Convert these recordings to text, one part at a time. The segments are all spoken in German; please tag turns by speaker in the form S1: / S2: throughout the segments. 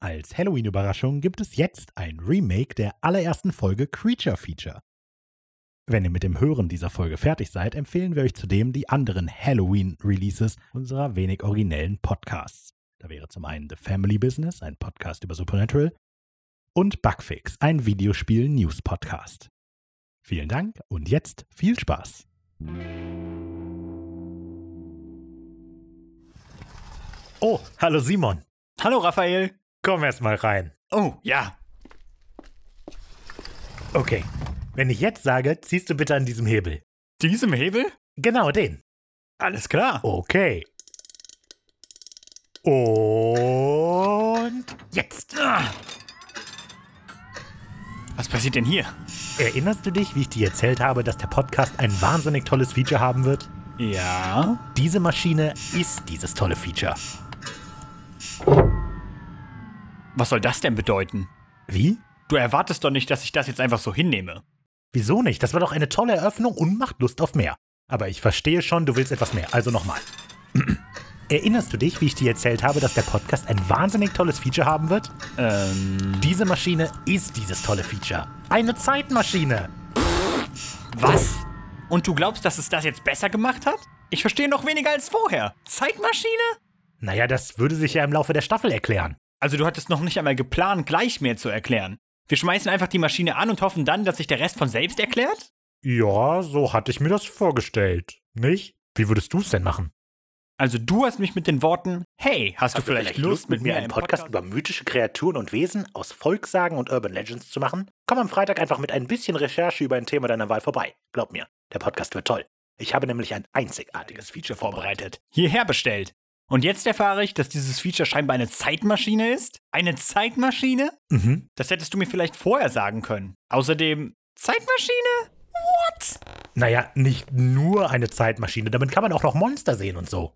S1: Als Halloween-Überraschung gibt es jetzt ein Remake der allerersten Folge Creature Feature. Wenn ihr mit dem Hören dieser Folge fertig seid, empfehlen wir euch zudem die anderen Halloween-Releases unserer wenig originellen Podcasts. Da wäre zum einen The Family Business, ein Podcast über Supernatural, und Bugfix, ein Videospiel-News-Podcast. Vielen Dank und jetzt viel Spaß! Oh, hallo Simon.
S2: Hallo Raphael.
S1: Komm erst mal rein.
S2: Oh, ja.
S1: Okay. Wenn ich jetzt sage, ziehst du bitte an diesem Hebel.
S2: Diesem Hebel?
S1: Genau den.
S2: Alles klar.
S1: Okay. Und
S2: Jetzt. Ah. Was passiert denn hier?
S1: erinnerst du dich, wie ich dir erzählt habe, dass der Podcast ein wahnsinnig tolles Feature haben wird?
S2: Ja.
S1: Diese Maschine ist dieses tolle Feature.
S2: Was soll das denn bedeuten?
S1: Wie?
S2: Du erwartest doch nicht, dass ich das jetzt einfach so hinnehme.
S1: Wieso nicht? Das war doch eine tolle Eröffnung und macht Lust auf mehr. Aber ich verstehe schon, du willst etwas mehr. Also nochmal. Erinnerst du dich, wie ich dir erzählt habe, dass der Podcast ein wahnsinnig tolles Feature haben wird?
S2: Ähm.
S1: Diese Maschine ist dieses tolle Feature. Eine Zeitmaschine.
S2: Was? Und du glaubst, dass es das jetzt besser gemacht hat? Ich verstehe noch weniger als vorher. Zeitmaschine?
S1: Naja, das würde sich ja im Laufe der Staffel erklären.
S2: Also du hattest noch nicht einmal geplant, gleich mehr zu erklären. Wir schmeißen einfach die Maschine an und hoffen dann, dass sich der Rest von selbst erklärt?
S1: Ja, so hatte ich mir das vorgestellt. Nicht? Wie würdest du es denn machen?
S2: Also du hast mich mit den Worten, hey, hast, du vielleicht, Lust, mit mir einen Podcast,
S1: über mythische Kreaturen und Wesen aus Volkssagen und Urban Legends zu machen? Komm am Freitag einfach mit ein bisschen Recherche über ein Thema deiner Wahl vorbei. Glaub mir, der Podcast wird toll. Ich habe nämlich ein einzigartiges Feature vorbereitet.
S2: hierher bestellt. Und jetzt erfahre ich, dass dieses Feature scheinbar eine Zeitmaschine ist? Eine Zeitmaschine?
S1: Mhm.
S2: Das hättest du mir vielleicht vorher sagen können. Außerdem, Zeitmaschine? What?
S1: Naja, nicht nur eine Zeitmaschine, damit kann man auch noch Monster sehen und so.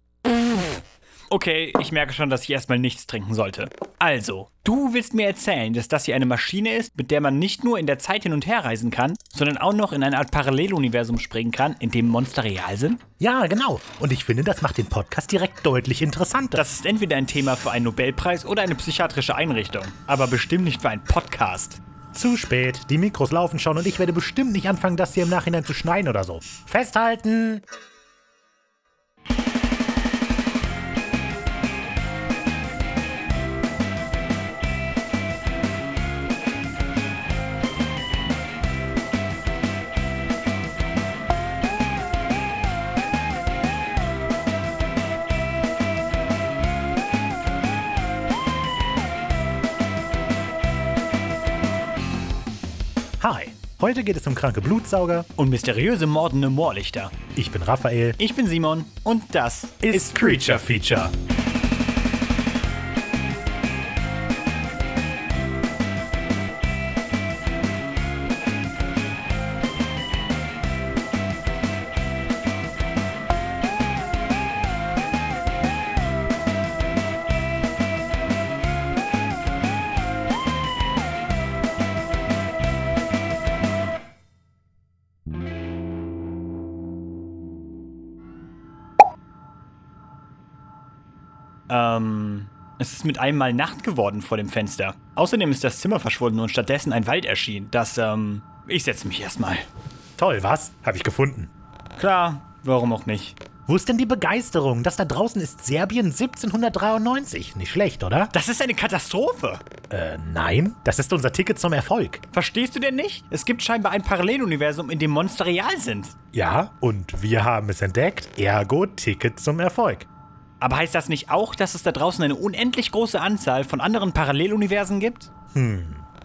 S2: Okay, ich merke schon, dass ich erstmal nichts trinken sollte. Also, du willst mir erzählen, dass das hier eine Maschine ist, mit der man nicht nur in der Zeit hin und her reisen kann, sondern auch noch in eine Art Paralleluniversum springen kann, in dem Monster real sind?
S1: Ja, genau. Und ich finde, das macht den Podcast direkt deutlich interessanter.
S2: Das ist entweder ein Thema für einen Nobelpreis oder eine psychiatrische Einrichtung, aber bestimmt nicht für einen Podcast.
S1: Zu spät. Die Mikros laufen schon und ich werde bestimmt nicht anfangen, das hier im Nachhinein zu schneiden oder so. Festhalten! Hi. Heute geht es um kranke Blutsauger.
S2: Und mysteriöse mordende Moorlichter.
S1: Ich bin Raphael.
S2: Ich bin Simon und das
S1: Ist Creature Feature.
S2: Ähm, es ist mit einmal Nacht geworden vor dem Fenster. Außerdem ist das Zimmer verschwunden und stattdessen ein Wald erschien. Das, ähm, ich setze mich erstmal.
S1: Toll, was? Hab ich gefunden.
S2: Klar, warum auch nicht?
S1: Wo ist denn die Begeisterung? Das da draußen ist Serbien 1793. Nicht schlecht, oder?
S2: Das ist eine Katastrophe!
S1: Äh, nein. Das ist unser Ticket zum Erfolg.
S2: Verstehst du denn nicht? Es gibt scheinbar ein Paralleluniversum, in dem Monster real sind.
S1: Ja, und wir haben es entdeckt. Ergo Ticket zum Erfolg.
S2: Aber heißt das nicht auch, dass es da draußen eine unendlich große Anzahl von anderen Paralleluniversen gibt?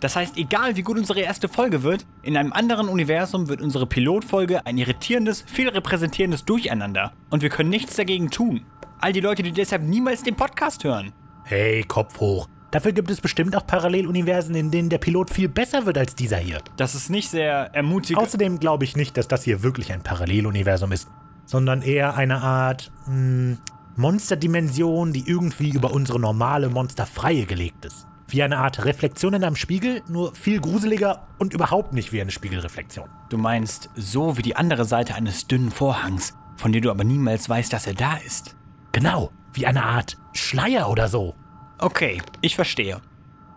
S2: Das heißt, egal wie gut unsere erste Folge wird, in einem anderen Universum wird unsere Pilotfolge ein irritierendes, viel repräsentierendes Durcheinander. Und wir können nichts dagegen tun. All die Leute, die deshalb niemals den Podcast hören.
S1: Hey, Kopf hoch. Dafür gibt es bestimmt auch Paralleluniversen, in denen der Pilot viel besser wird als dieser hier.
S2: Das ist nicht sehr ermutigend.
S1: Außerdem glaube ich nicht, dass das hier wirklich ein Paralleluniversum ist, sondern eher eine Art mh, Monsterdimension, die irgendwie über unsere normale Monsterfreie gelegt ist. Wie eine Art Reflexion in einem Spiegel, nur viel gruseliger und überhaupt nicht wie eine Spiegelreflexion.
S2: Du meinst, so wie die andere Seite eines dünnen Vorhangs, von dem du aber niemals weißt, dass er da ist.
S1: Genau, wie eine Art Schleier oder so.
S2: Okay, ich verstehe.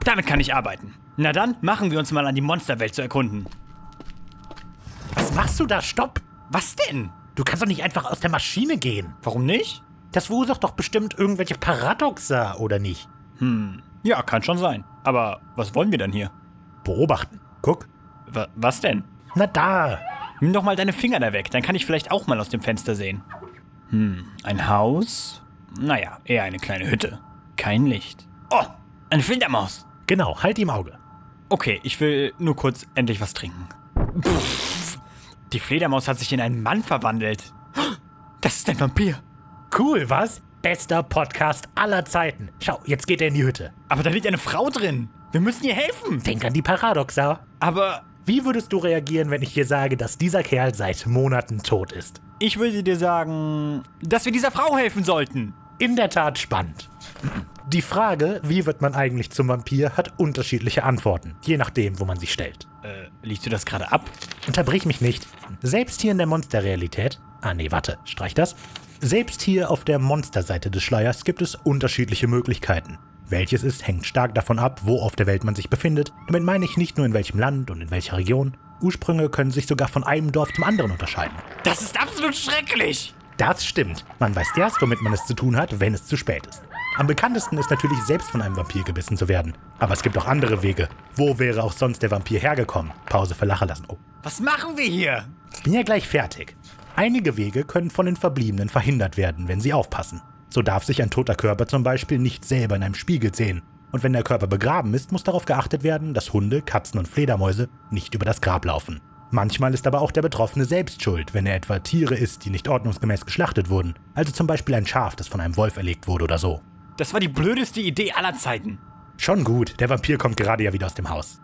S2: Damit kann ich arbeiten. Na dann, machen wir uns mal an die Monsterwelt zu erkunden.
S1: Was machst du da? Stopp!
S2: Was denn?
S1: Du kannst doch nicht einfach aus der Maschine gehen.
S2: Warum nicht?
S1: Das verursacht doch bestimmt irgendwelche Paradoxa, oder nicht?
S2: Ja, kann schon sein. Aber was wollen wir denn hier?
S1: Beobachten. Guck.
S2: Wa- was denn?
S1: Na da.
S2: Nimm doch mal deine Finger da weg, dann kann ich vielleicht auch mal aus dem Fenster sehen. Hm, ein Haus? Naja, eher eine kleine Hütte. Kein Licht. Oh, eine Fledermaus.
S1: Genau, halt die im Auge.
S2: Okay, ich will nur kurz endlich was trinken. Pff, die Fledermaus hat sich in einen Mann verwandelt. Das ist ein Vampir.
S1: Cool, was? Bester Podcast aller Zeiten. Schau, jetzt geht er in die Hütte.
S2: Aber da liegt eine Frau drin. Wir müssen ihr helfen.
S1: Denk an die Paradoxa.
S2: Aber
S1: Wie würdest du reagieren, wenn ich dir sage, dass dieser Kerl seit Monaten tot ist?
S2: ich würde dir sagen, dass wir dieser Frau helfen sollten.
S1: In der Tat spannend. Die Frage, wie wird man eigentlich zum Vampir, hat unterschiedliche Antworten, je nachdem, wo man sie stellt.
S2: Äh, liest du das gerade ab?
S1: Unterbrich mich nicht. Selbst hier in der Monsterrealität. Ah, nee, warte, streich das. Selbst hier auf der Monsterseite des Schleiers gibt es unterschiedliche Möglichkeiten. Welches ist, hängt stark davon ab, wo auf der Welt man sich befindet. Damit meine ich nicht nur in welchem Land und in welcher Region. Ursprünge können sich sogar von einem Dorf zum anderen unterscheiden.
S2: Das ist absolut schrecklich.
S1: Das stimmt. Man weiß erst, womit man es zu tun hat, wenn es zu spät ist. Am bekanntesten ist natürlich, selbst von einem Vampir gebissen zu werden. Aber es gibt auch andere Wege. Wo wäre auch sonst der Vampir hergekommen? Pause für Lacher lassen. Oh.
S2: Was machen wir hier?
S1: Bin ja gleich fertig. Einige Wege können von den Verbliebenen verhindert werden, wenn sie aufpassen. So darf sich ein toter Körper zum Beispiel nicht selber in einem Spiegel sehen. Und wenn der Körper begraben ist, muss darauf geachtet werden, dass Hunde, Katzen und Fledermäuse nicht über das Grab laufen. Manchmal ist aber auch der Betroffene selbst schuld, wenn er etwa Tiere isst, die nicht ordnungsgemäß geschlachtet wurden. Also zum Beispiel ein Schaf, das von einem Wolf erlegt wurde oder so.
S2: Das war die blödeste Idee aller Zeiten.
S1: Schon gut, der Vampir kommt gerade ja wieder aus dem Haus.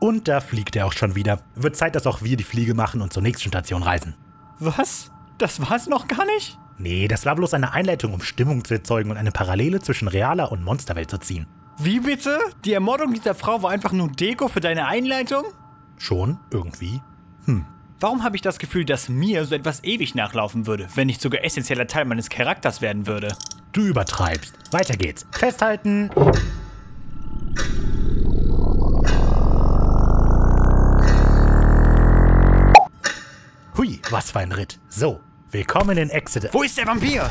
S1: Und da fliegt er auch schon wieder. Wird Zeit, dass auch wir die Fliege machen und zur nächsten Station reisen.
S2: Was? Das war's noch gar nicht?
S1: Nee, das war bloß eine Einleitung, um Stimmung zu erzeugen und eine Parallele zwischen realer und Monsterwelt zu ziehen.
S2: Wie bitte? Die Ermordung dieser Frau war einfach nur Deko für deine Einleitung?
S1: Schon? Irgendwie?
S2: Warum habe ich das Gefühl, dass mir so etwas ewig nachlaufen würde, wenn nicht sogar essentieller Teil meines Charakters werden würde?
S1: Du übertreibst. Weiter geht's. Festhalten! Hui, was für ein Ritt. So, willkommen in Exeter.
S2: Wo ist der Vampir?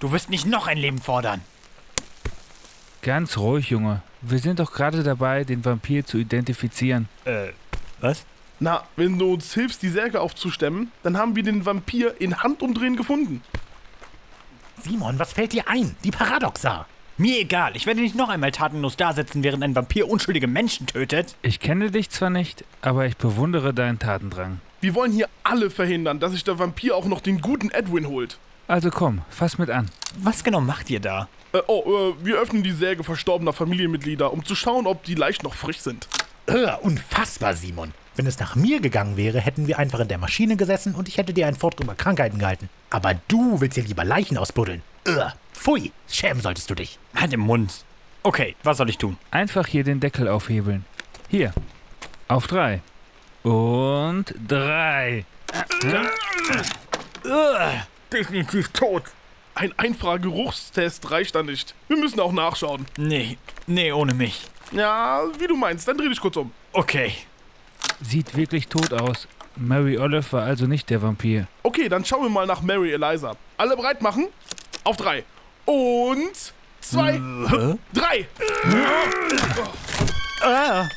S2: Du wirst nicht noch ein Leben fordern.
S3: Ganz ruhig, Junge. Wir sind doch gerade dabei, den Vampir zu identifizieren.
S2: Äh, was?
S4: Na, wenn du uns hilfst, die Särge aufzustemmen, dann haben wir den Vampir in Handumdrehen gefunden.
S1: Simon, was fällt dir ein? Die Paradoxa.
S2: Mir egal, ich werde nicht noch einmal tatenlos dasitzen, während ein Vampir unschuldige Menschen tötet.
S3: Ich kenne dich zwar nicht, aber ich bewundere deinen Tatendrang.
S4: Wir wollen hier alle verhindern, dass sich der Vampir auch noch den guten Edwin holt.
S3: Also komm, fass mit an.
S2: Was genau macht ihr da?
S4: Äh, oh, äh, wir öffnen die Särge verstorbener Familienmitglieder, um zu schauen, ob die Leichen noch frisch sind.
S1: Äh, unfassbar, Simon. Wenn es nach mir gegangen wäre, hätten wir einfach in der Maschine gesessen und ich hätte dir einen Vortrag über Krankheiten gehalten. Aber du willst ja lieber Leichen ausbuddeln. Äh, pfui, schämen solltest du dich.
S2: Hand Halt im Mund. Okay, was soll ich tun?
S3: Einfach hier den Deckel aufhebeln. Hier. Auf drei. Und drei.
S4: Definitiv tot. Ein einfacher Geruchstest reicht da nicht. Wir müssen auch nachschauen.
S2: Nee, nee, ohne mich.
S4: Ja, wie du meinst, dann dreh dich kurz um.
S2: Okay.
S3: Sieht wirklich tot aus. Mary Olive war also nicht der Vampir.
S4: Okay, dann schauen wir mal nach Mary Eliza. Alle bereit machen? Auf drei. Und zwei,
S2: Äh,
S4: drei.
S2: Ah.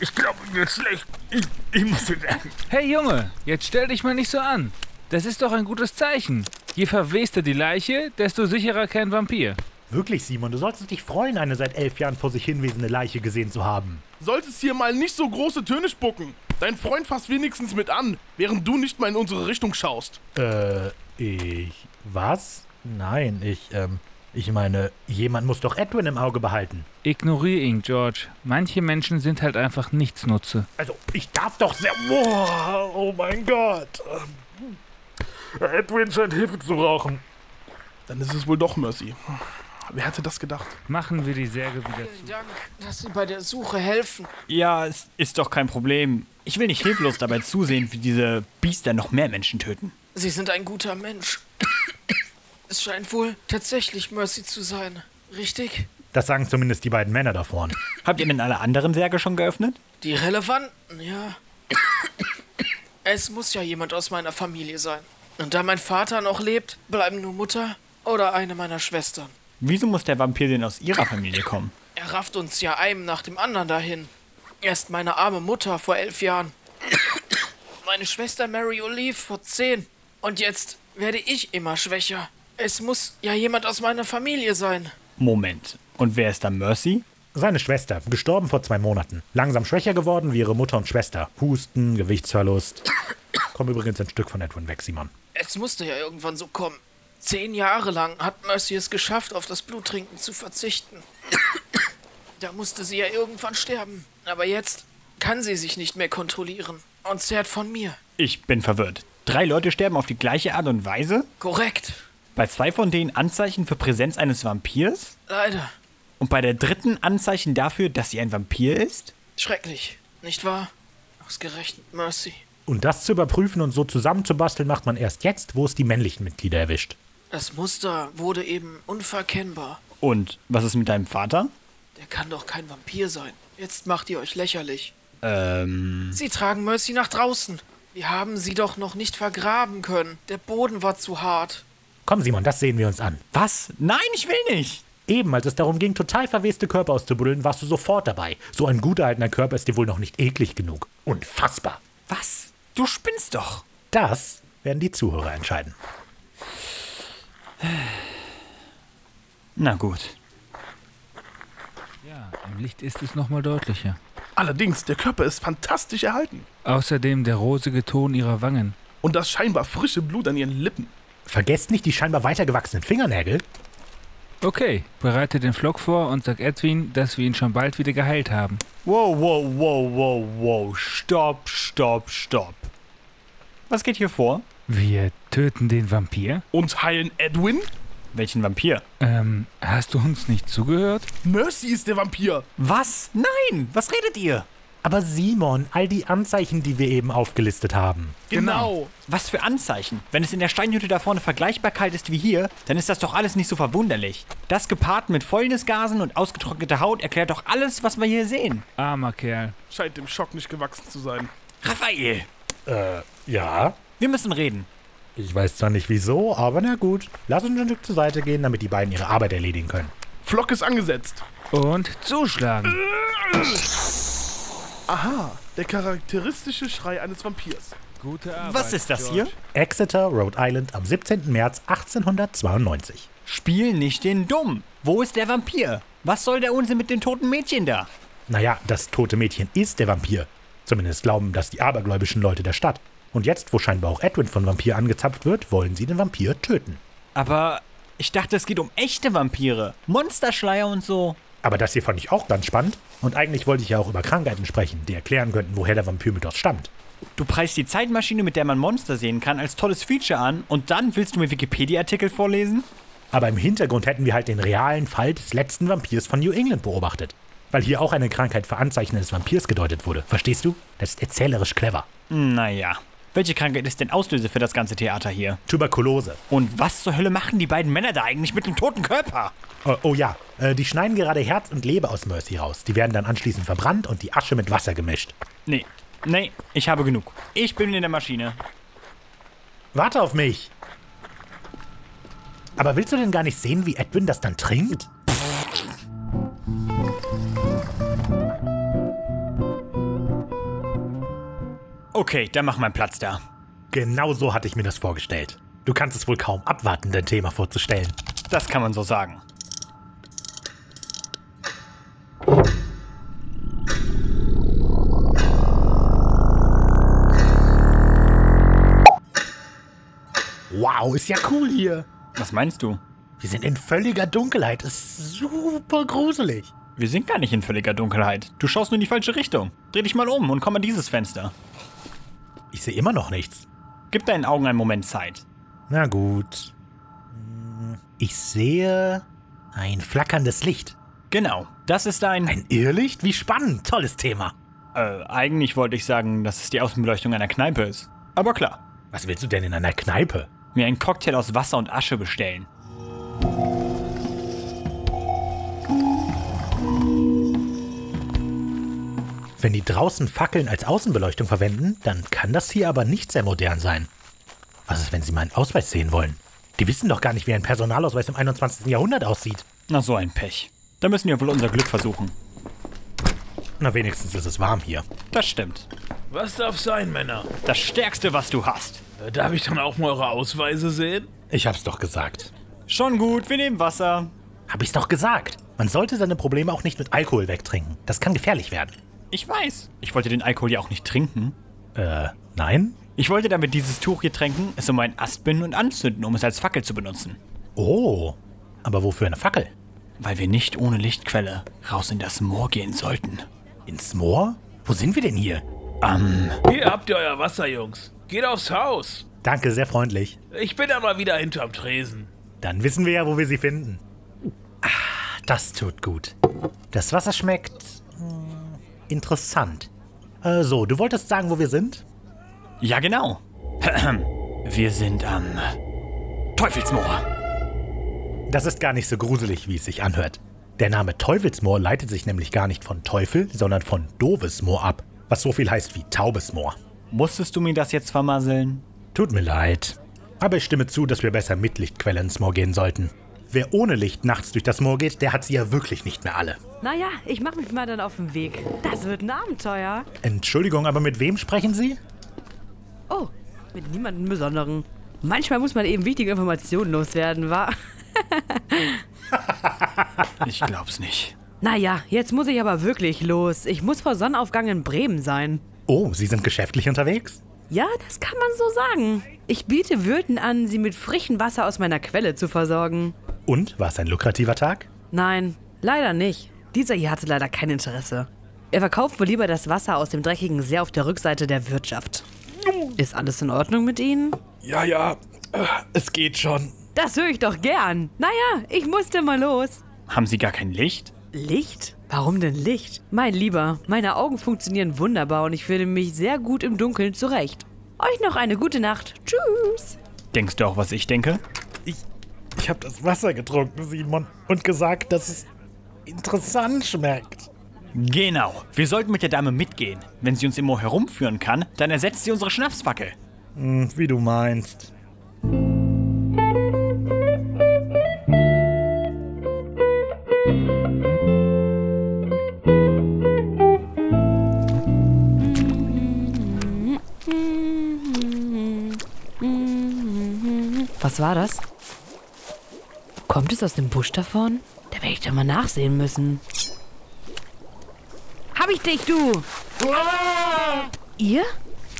S2: Ich glaube, mir wird schlecht. Ich, ich muss hier weg.
S3: Hey Junge, jetzt stell dich mal nicht so an. Das ist doch ein gutes Zeichen. Je verwester die Leiche, desto sicherer kein Vampir.
S1: Wirklich, Simon, du solltest dich freuen, eine seit elf Jahren vor sich hinwesende Leiche gesehen zu haben.
S4: Solltest hier mal nicht so große Töne spucken. Dein Freund fasst wenigstens mit an, während du nicht mal in unsere Richtung schaust.
S1: Äh, ich. Was? Nein, ich, ähm. Ich meine, jemand muss doch Edwin im Auge behalten.
S3: Ignorier ihn, George. Manche Menschen sind halt einfach Nichtsnutze.
S1: Also, ich darf doch sehr. Wow, oh mein Gott. Ähm, Edwin scheint Hilfe zu rauchen.
S4: Dann ist es wohl doch Mercy. Wer hätte das gedacht?
S3: Machen wir die Särge wieder zu.
S5: Vielen Dank, dass Sie bei der Suche helfen.
S2: Ja, es ist doch kein Problem. Ich will nicht hilflos dabei zusehen, wie diese Biester noch mehr Menschen töten.
S5: Sie sind ein guter Mensch. Es scheint wohl tatsächlich Mercy zu sein, richtig?
S1: Das sagen zumindest die beiden Männer da vorne.
S2: Habt ihr denn alle anderen Särge schon geöffnet?
S5: Die relevanten, ja. Es muss ja jemand aus meiner Familie sein. Und da mein Vater noch lebt, bleiben nur Mutter oder eine meiner Schwestern.
S2: Wieso muss der Vampir denn aus ihrer Familie kommen?
S5: Er rafft uns ja einem nach dem anderen dahin. Erst meine arme Mutter vor elf Jahren. Meine Schwester Mary Olive vor zehn. Und jetzt werde ich immer schwächer. Es muss ja jemand aus meiner Familie sein.
S2: Moment. Und wer ist da Mercy?
S1: Seine Schwester, gestorben vor zwei Monaten. Langsam schwächer geworden wie ihre Mutter und Schwester. Husten, Gewichtsverlust. Komm übrigens ein Stück von Edwin weg, Simon.
S5: Es musste ja irgendwann so kommen. Zehn Jahre lang hat Mercy es geschafft, auf das Bluttrinken zu verzichten. Da musste sie ja irgendwann sterben. Aber jetzt kann sie sich nicht mehr kontrollieren und zerrt von mir.
S2: Ich bin verwirrt. Drei Leute sterben auf die gleiche Art und Weise?
S5: Korrekt.
S2: Bei zwei von denen Anzeichen für Präsenz eines Vampirs?
S5: Leider.
S2: Und bei der dritten Anzeichen dafür, dass sie ein Vampir ist?
S5: Schrecklich. Nicht wahr? Ausgerechnet Mercy.
S1: Und das zu überprüfen und so zusammenzubasteln, macht man erst jetzt, wo es die männlichen Mitglieder erwischt.
S5: Das Muster wurde eben unverkennbar.
S2: Und was ist mit deinem Vater?
S5: Der kann doch kein Vampir sein. Jetzt macht ihr euch lächerlich.
S2: Ähm.
S5: Sie tragen Mercy nach draußen. Wir haben sie doch noch nicht vergraben können. Der Boden war zu hart.
S1: Komm, Simon, das sehen wir uns an.
S2: Was? Nein, ich will nicht!
S1: Eben, als es darum ging, total verweste Körper auszubuddeln, warst du sofort dabei. So ein gut erhaltener Körper ist dir wohl noch nicht eklig genug. Unfassbar.
S2: Was? Du spinnst doch!
S1: Das werden die Zuhörer entscheiden.
S2: Na gut.
S3: Ja, im Licht ist es nochmal deutlicher.
S4: Allerdings, der Körper ist fantastisch erhalten.
S3: Außerdem der rosige Ton ihrer Wangen.
S4: Und das scheinbar frische Blut an ihren Lippen.
S1: Vergesst nicht die scheinbar weitergewachsenen Fingernägel.
S3: Okay, bereite den Vlog vor und sag Edwin, dass wir ihn schon bald wieder geheilt haben.
S2: Wow, wow, wow, wow, wow. Stopp, stopp, stopp. Was geht hier vor?
S3: Wir töten den Vampir?
S4: Und heilen Edwin?
S2: Welchen Vampir?
S3: Ähm, hast du uns nicht zugehört?
S4: Mercy ist der Vampir.
S2: Was? Nein! Was redet ihr?
S1: Aber Simon, all die Anzeichen, die wir eben aufgelistet haben.
S4: Genau.
S2: Was für Anzeichen? Wenn es in der Steinhütte da vorne vergleichbar kalt ist wie hier, dann ist das doch alles nicht so verwunderlich. Das gepaart mit Fäulnisgasen und ausgetrockneter Haut erklärt doch alles, was wir hier sehen.
S3: Armer Kerl.
S4: Scheint dem Schock nicht gewachsen zu sein.
S2: Raphael,
S1: Ja,
S2: wir müssen reden.
S1: ich weiß zwar nicht wieso, aber na gut. Lass uns ein Stück zur Seite gehen, damit die beiden ihre Arbeit erledigen können.
S4: Flock ist angesetzt.
S3: Und zuschlagen.
S4: Aha, der charakteristische Schrei eines Vampirs.
S3: Gute Arbeit.
S2: Was ist das hier?
S1: Exeter, Rhode Island, am 17. März 1892.
S2: Spiel nicht den Dumm. Wo ist der Vampir? Was soll der Unsinn mit dem toten Mädchen da?
S1: Naja, das tote Mädchen ist der Vampir. Zumindest glauben das die abergläubischen Leute der Stadt. Und jetzt, wo scheinbar auch Edwin von Vampir angezapft wird, wollen sie den Vampir töten.
S2: Aber ich dachte, es geht um echte Vampire. Monsterschleier und so.
S1: Aber das hier fand ich auch ganz spannend. Und eigentlich wollte ich ja auch über Krankheiten sprechen, die erklären könnten, woher der Vampirmythos stammt.
S2: Du preist die Zeitmaschine, mit der man Monster sehen kann, als tolles Feature an und dann willst du mir Wikipedia-Artikel vorlesen?
S1: Aber im Hintergrund hätten wir halt den realen Fall des letzten Vampirs von New England beobachtet. Weil hier auch eine Krankheit für Anzeichen des Vampirs gedeutet wurde. Verstehst du? Das ist erzählerisch clever.
S2: Naja. Welche Krankheit ist denn Auslöse für das ganze Theater hier?
S1: Tuberkulose.
S2: Und was zur Hölle machen die beiden Männer da eigentlich mit dem toten Körper?
S1: Oh, oh ja, äh, die schneiden gerade Herz und Leber aus Mercy raus. Die werden dann anschließend verbrannt und die Asche mit Wasser gemischt.
S2: Nee, nee, ich habe genug. Ich bin in der Maschine.
S1: Warte auf mich! Aber willst du denn gar nicht sehen, wie Edwin das dann trinkt?
S2: Okay, dann mach mal Platz da.
S1: Genau so hatte ich mir das vorgestellt. Du kannst es wohl kaum abwarten, dein Thema vorzustellen.
S2: Das kann man so sagen.
S1: Wow, ist ja cool hier.
S2: Was meinst du?
S1: Wir sind in völliger Dunkelheit. Ist super gruselig.
S2: Wir sind gar nicht in völliger Dunkelheit. Du schaust nur in die falsche Richtung. Dreh dich mal um und komm an dieses Fenster.
S1: Ich sehe immer noch nichts.
S2: Gib deinen Augen einen Moment Zeit.
S1: Na gut. Ich sehe ein flackerndes Licht.
S2: Genau, das ist ein...
S1: Ein Irrlicht? Wie spannend. Tolles Thema.
S2: Äh, eigentlich wollte ich sagen, dass es die Außenbeleuchtung einer Kneipe ist. Aber klar,
S1: Was willst du denn in einer Kneipe?
S2: mir einen Cocktail aus Wasser und Asche bestellen.
S1: Wenn die draußen Fackeln als Außenbeleuchtung verwenden, dann kann das hier aber nicht sehr modern sein. Was ist, wenn sie meinen Ausweis sehen wollen? Die wissen doch gar nicht, wie ein Personalausweis im 21. Jahrhundert aussieht.
S2: Na, so ein Pech. Da müssen wir wohl unser Glück versuchen.
S1: Na, wenigstens ist es warm hier.
S2: Das stimmt.
S6: Was darf sein, Männer?
S2: Das Stärkste, was du hast.
S6: Äh, Darf ich dann auch mal eure Ausweise sehen?
S1: Ich hab's doch gesagt.
S2: Schon gut, wir nehmen Wasser.
S1: Hab ich's doch gesagt. Man sollte seine Probleme auch nicht mit Alkohol wegtrinken. Das kann gefährlich werden.
S2: Ich weiß. Ich wollte den Alkohol ja auch nicht trinken.
S1: Äh, nein?
S2: Ich wollte damit dieses Tuch hier tränken, es um einen Ast binden und anzünden, um es als Fackel zu benutzen.
S1: Oh, aber wofür eine Fackel?
S2: Weil wir nicht ohne Lichtquelle raus in das Moor gehen sollten.
S1: Ins Moor? Wo sind wir denn hier?
S6: Hier habt ihr euer Wasser, Jungs. Geht aufs Haus.
S1: Danke, sehr freundlich.
S6: Ich bin dann mal wieder hinterm Tresen.
S1: Dann wissen wir ja, wo wir sie finden. Ah, das tut gut. Das Wasser schmeckt hm, interessant. Äh, so, du wolltest sagen, wo wir sind?
S2: Ja, genau. Wir sind am Teufelsmoor.
S1: Das ist gar nicht so gruselig, wie es sich anhört. Der Name Teufelsmoor leitet sich nämlich gar nicht von Teufel, sondern von Dovesmoor ab, was so viel heißt wie Taubesmoor.
S2: Musstest du mir das jetzt vermasseln?
S1: Tut mir leid. Aber ich stimme zu, dass wir besser mit Lichtquelle ins Moor gehen sollten. Wer ohne Licht nachts durch das Moor geht, der hat sie ja wirklich nicht mehr alle.
S7: Naja, ich mache mich mal dann auf den Weg. Das wird ein Abenteuer.
S1: Entschuldigung, aber mit wem sprechen Sie?
S7: Oh, mit niemandem Besonderen. Manchmal muss man eben wichtige Informationen loswerden, wa?
S2: Ich glaub's nicht.
S7: Naja, jetzt muss ich aber wirklich los. Ich muss vor Sonnenaufgang in Bremen sein.
S1: Oh, Sie sind geschäftlich unterwegs?
S7: Ja, das kann man so sagen. Ich biete Würden an, sie mit frischem Wasser aus meiner Quelle zu versorgen.
S1: Und, war es ein lukrativer Tag?
S7: Nein, leider nicht. Dieser hier hatte leider kein Interesse. Er verkauft wohl lieber das Wasser aus dem dreckigen See auf der Rückseite der Wirtschaft. Ist alles in Ordnung mit Ihnen?
S4: Ja, ja, äh, es geht schon.
S7: Das höre ich doch gern. Naja, ich musste mal los.
S2: Haben sie gar kein Licht?
S7: Licht? Warum denn Licht? Mein Lieber, meine Augen funktionieren wunderbar und ich finde mich sehr gut im Dunkeln zurecht. Euch noch eine gute Nacht. Tschüss.
S2: Denkst du auch, was ich denke?
S8: Ich habe das Wasser getrunken, Simon, und gesagt, dass es interessant schmeckt.
S2: Genau. Wir sollten mit der Dame mitgehen. Wenn sie uns im Moor herumführen kann, dann ersetzt sie unsere Schnapsfackel.
S8: Hm, Wie du meinst.
S7: Was war das? Kommt es aus dem Busch davon? Da werde ich doch mal nachsehen müssen. Hab ich dich, du! Ihr?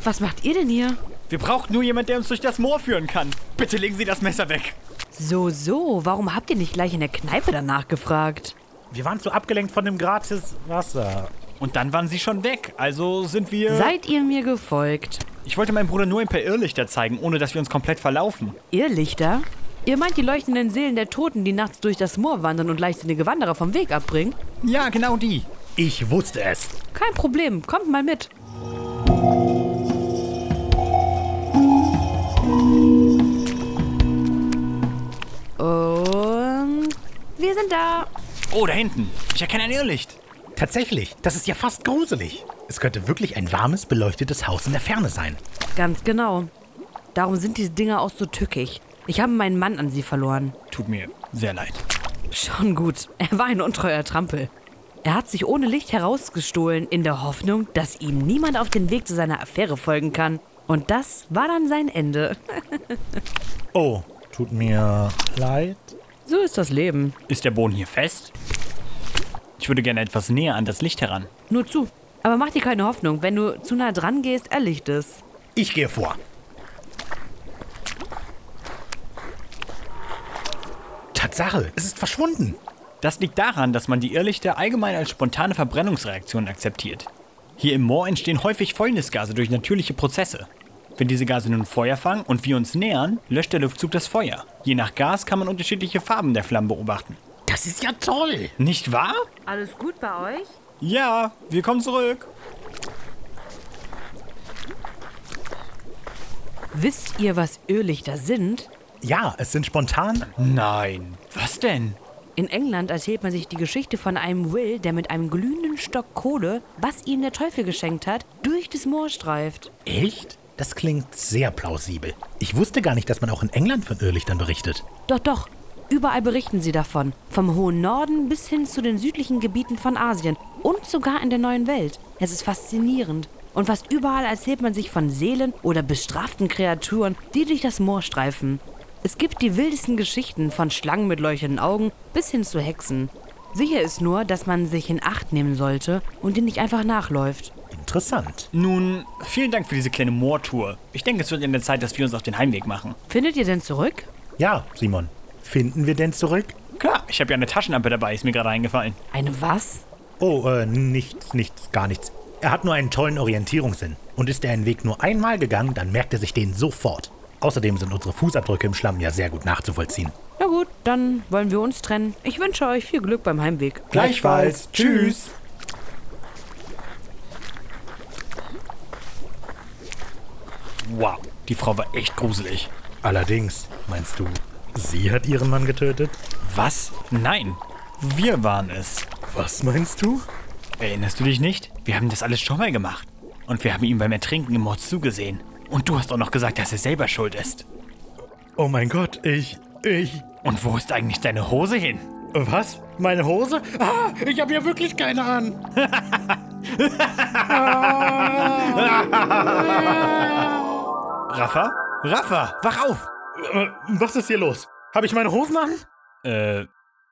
S7: Was macht ihr denn hier?
S2: Wir brauchen nur jemanden, der uns durch das Moor führen kann. Bitte legen Sie das Messer weg.
S7: So, so, warum habt ihr nicht gleich in der Kneipe danach gefragt?
S1: Wir waren zu abgelenkt von dem gratis Wasser.
S2: Und dann waren sie schon weg. Also sind wir.
S7: Seid ihr mir gefolgt?
S2: ich wollte meinem Bruder nur ein paar Irrlichter zeigen, ohne dass wir uns komplett verlaufen.
S7: Irrlichter? Ihr meint die leuchtenden Seelen der Toten, die nachts durch das Moor wandern und leichtsinnige Wanderer vom Weg abbringen?
S2: Ja, genau die.
S1: Ich wusste es.
S7: Kein Problem, kommt mal mit. Und wir sind da.
S2: Oh, da hinten. Ich erkenne ein Irrlicht.
S1: Tatsächlich, das ist ja fast gruselig. Es könnte wirklich ein warmes, beleuchtetes Haus in der Ferne sein.
S7: Ganz genau. Darum sind diese Dinger auch so tückig. Ich habe meinen Mann an sie verloren.
S2: Tut mir sehr leid.
S7: Schon gut. Er war ein untreuer Trampel. Er hat sich ohne Licht herausgestohlen, in der Hoffnung, dass ihm niemand auf den Weg zu seiner Affäre folgen kann. Und das war dann sein Ende.
S1: Oh, tut mir leid.
S7: So ist das Leben.
S2: Ist der Boden hier fest? Ich würde gerne etwas näher an das Licht heran.
S7: Nur zu. Aber mach dir keine Hoffnung. Wenn du zu nah dran gehst, erlicht es.
S1: Ich gehe vor. Tatsache, es ist verschwunden.
S2: Das liegt daran, dass man die Irrlichter allgemein als spontane Verbrennungsreaktion akzeptiert. Hier im Moor entstehen häufig Fäulnisgase durch natürliche Prozesse. Wenn diese Gase nun Feuer fangen und wir uns nähern, löscht der Luftzug das Feuer. Je nach Gas kann man unterschiedliche Farben der Flammen beobachten.
S1: Das ist ja toll.
S2: Nicht wahr?
S7: Alles gut bei euch?
S2: Ja, wir kommen zurück.
S7: Wisst ihr, was Irrlichter sind?
S1: Ja, es sind spontan.
S2: Nein. Was denn?
S7: In England erzählt man sich die Geschichte von einem Will, der mit einem glühenden Stock Kohle, was ihm der Teufel geschenkt hat, durch das Moor streift.
S1: Echt? Das klingt sehr plausibel. Ich wusste gar nicht, dass man auch in England von Irrlichtern berichtet.
S7: Doch, doch, überall berichten sie davon. Vom hohen Norden bis hin zu den südlichen Gebieten von Asien und sogar in der neuen Welt. Es ist faszinierend. Und fast überall erzählt man sich von Seelen oder bestraften Kreaturen, die durch das Moor streifen. Es gibt die wildesten Geschichten von Schlangen mit leuchtenden Augen bis hin zu Hexen. Sicher ist nur, dass man sich in Acht nehmen sollte und ihnen nicht einfach nachläuft.
S1: Interessant.
S2: Nun, vielen Dank für diese kleine Moortour. Ich denke, es wird in der Zeit, dass wir uns auf den Heimweg machen.
S7: Findet ihr denn zurück?
S1: Ja, Simon. Finden wir denn zurück?
S2: Klar, ich habe ja eine Taschenlampe dabei, ist mir gerade eingefallen.
S7: Eine was?
S1: Oh, äh, nichts, nichts, gar nichts. Er hat nur einen tollen Orientierungssinn. Und ist er einen Weg nur einmal gegangen, dann merkt er sich den sofort. Außerdem sind unsere Fußabdrücke im Schlamm ja sehr gut nachzuvollziehen.
S7: Na gut, dann wollen wir uns trennen. Ich wünsche euch viel Glück beim Heimweg.
S1: Gleichfalls. Tschüss.
S2: Wow, die Frau war echt gruselig.
S1: Allerdings, meinst du, sie hat ihren Mann getötet?
S2: Was? Nein, wir waren es.
S1: Was meinst du?
S2: Erinnerst du dich nicht? Wir haben das alles schon mal gemacht. Und wir haben ihm beim Ertrinken im Mord zugesehen. Und du hast auch noch gesagt, dass er selber schuld ist.
S1: Oh mein Gott, ich, ich,
S2: Und wo ist eigentlich deine Hose hin?
S1: was? Meine Hose? Ah, ich habe ja wirklich keine an.
S2: Rafa? Rafa, wach auf!
S1: Äh, Was ist hier los? Habe ich meine Hosen an?
S2: Äh,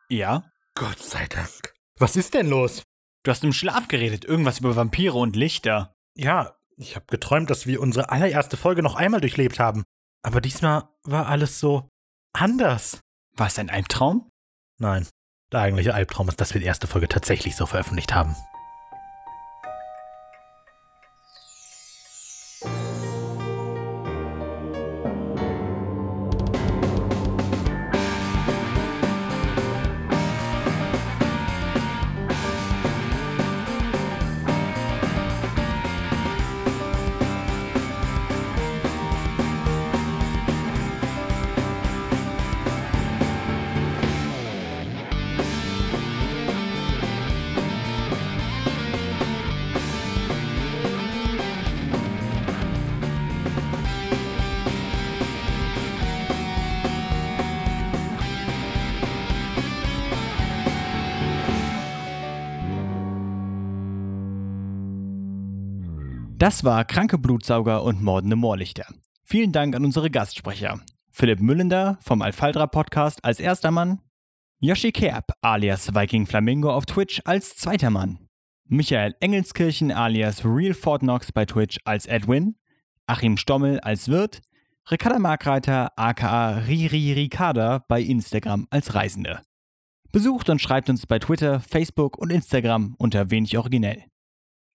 S2: ja?
S1: Gott sei Dank. Was ist denn los?
S2: Du hast im Schlaf geredet, irgendwas über Vampire und Lichter.
S1: Ja, ich habe geträumt, dass wir unsere allererste Folge noch einmal durchlebt haben. Aber diesmal war alles so anders.
S2: War es ein Albtraum?
S1: Nein. Der eigentliche Albtraum ist, dass wir die erste Folge tatsächlich so veröffentlicht haben.
S2: Das war Kranke Blutsauger und Mordende Moorlichter. Vielen Dank an unsere Gastsprecher. Philipp Müllender vom Alfaldra Podcast als erster Mann. Yoshi Kerb alias Viking Flamingo auf Twitch als zweiter Mann. Michael Engelskirchen alias Real Fort Knox bei Twitch als Edwin. Achim Stommel als Wirt. Ricarda Markreiter aka Riri Ricarda bei Instagram als Reisende. Besucht und schreibt uns bei Twitter, Facebook und Instagram unter wenig originell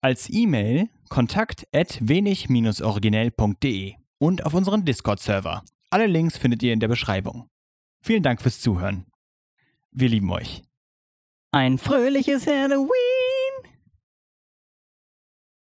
S2: als E-Mail kontakt wenig-originell.de und auf unseren Discord-Server. Alle Links findet ihr in der Beschreibung. Vielen Dank fürs Zuhören. Wir lieben euch. Ein fröhliches Halloween!